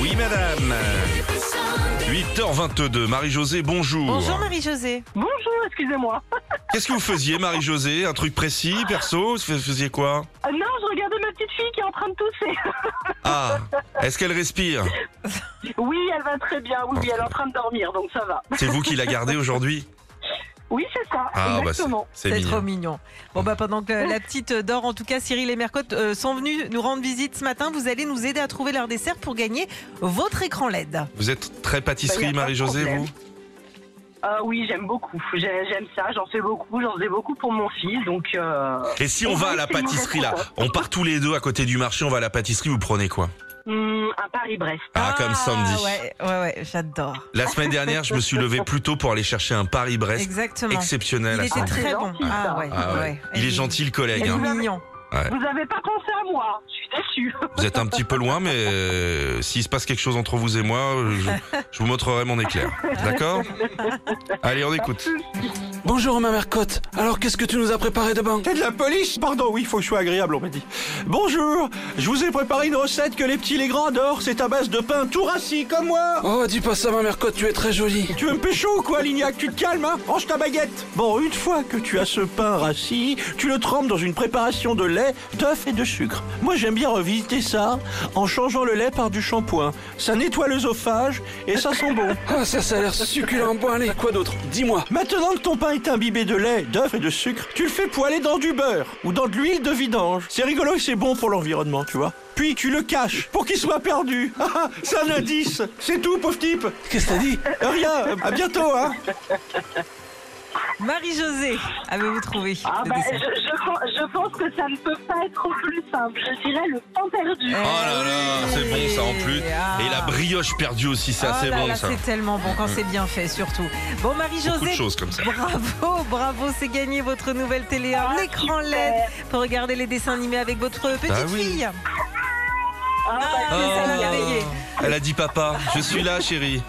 Oui, madame. 8h22, Marie-Josée, bonjour. Bonjour Marie-Josée. Bonjour, excusez-moi. Qu'est-ce que vous faisiez, Marie-Josée Un truc précis, perso Vous faisiez quoi Euh, non, je regardais ma petite fille qui est en train de tousser. Ah, est-ce qu'elle respire Oui, elle va très bien. Oui, oui, elle est en train de dormir, donc ça va. C'est vous qui la gardez aujourd'hui Oui, c'est ça. Ah, bah, c'est- exactement. c'est C'est trop mignon. mignon. Bon bah pendant que la petite dort, en tout cas Cyril et Mercotte euh, sont venus nous rendre visite ce matin. Vous allez nous aider à trouver leur dessert pour gagner votre écran E LED. Vous êtes très Bah, y a pâtisserie, pas de Marie-Josée, problème. vous Euh, oui, j'aime beaucoup. J'ai- J'aime ça. J'en fais beaucoup. J'en faisais beaucoup pour mon fils. Donc, euh, Et si on va à la Oui, c'est pâtisserie, là mon restaurant. On part tous les deux à côté du marché, on va à la pâtisserie, vous prenez quoi hum, un Paris-Brest. Ah, comme samedi. Ouais, ouais, ouais, j'adore. La semaine dernière, je me suis levé plus tôt pour aller chercher un Paris-Brest Exactement. exceptionnel. Il à était Saint-Denis. très c'est bon. gentil, ça. Ah ouais. Il est gentil, le collègue. Il hein. est mignon. Vous avez pas pensé à moi. Je suis déçue. Vous êtes un petit peu loin, mais euh, s'il se passe quelque chose entre vous et moi, euh, je, je vous montrerai mon éclair. D'accord Allez, on écoute. Bonjour ma mère Cotte, alors qu'est-ce que tu nous as préparé de bon T'es de la police Pardon, oui, faut que je sois agréable, on m'a dit. Bonjour, je vous ai préparé une recette que les petits les grands adorent, c'est à base de pain tout rassis, comme moi Oh dis pas ça ma mère Cotte, tu es très jolie Tu veux me pécho ou quoi, Lignac Tu te calmes, hein Range ta baguette Bon, une fois que tu as ce pain rassis, tu le trempes dans une préparation de lait, d'œufs et de sucre. Moi, j'aime bien revisiter ça en changeant le lait par du shampoing. Ça nettoie l'œsophage et ça sent bon. Ah ça ça a l'air succulent, bon allez, quoi d'autre Dis-moi Maintenant que ton pain est imbibé de lait, d'œufs et de sucre, tu le fais poêler dans du beurre ou dans de l'huile de vidange. C'est rigolo et c'est bon pour l'environnement, tu vois. Puis tu le caches pour qu'il soit perdu. Ah, ah, c'est un indice. C'est tout, pauvre type. Qu'est-ce que t'as dit Euh, Rien. À bientôt, hein. Marie-Josée, avez-vous trouvé Ah, le bah, je, dessert je- je pense que ça ne peut pas être plus simple. Je dirais le pain perdu. Oh là là, c'est bon ça en plus. Et la brioche perdue aussi, ça, Oh c'est là bon là, ça. Mm. C'est tellement bon quand c'est bien fait, surtout. Bon, Beaucoup de Marie-Josée, choses comme ça. bravo, bravo, c'est gagné votre nouvelle télé, un Ah, écran super. LED pour regarder les dessins animés avec votre petite Bah oui. fille. Ah, bah, Ah, ça l'a réveillée. Elle a dit papa, je suis là chérie.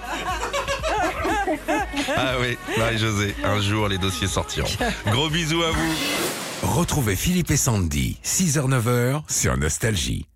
Ah oui, Marie-Josée, un jour les dossiers sortiront. Gros bisous à vous. Retrouvez Philippe et Sandy, 6h-9h sur Nostalgie.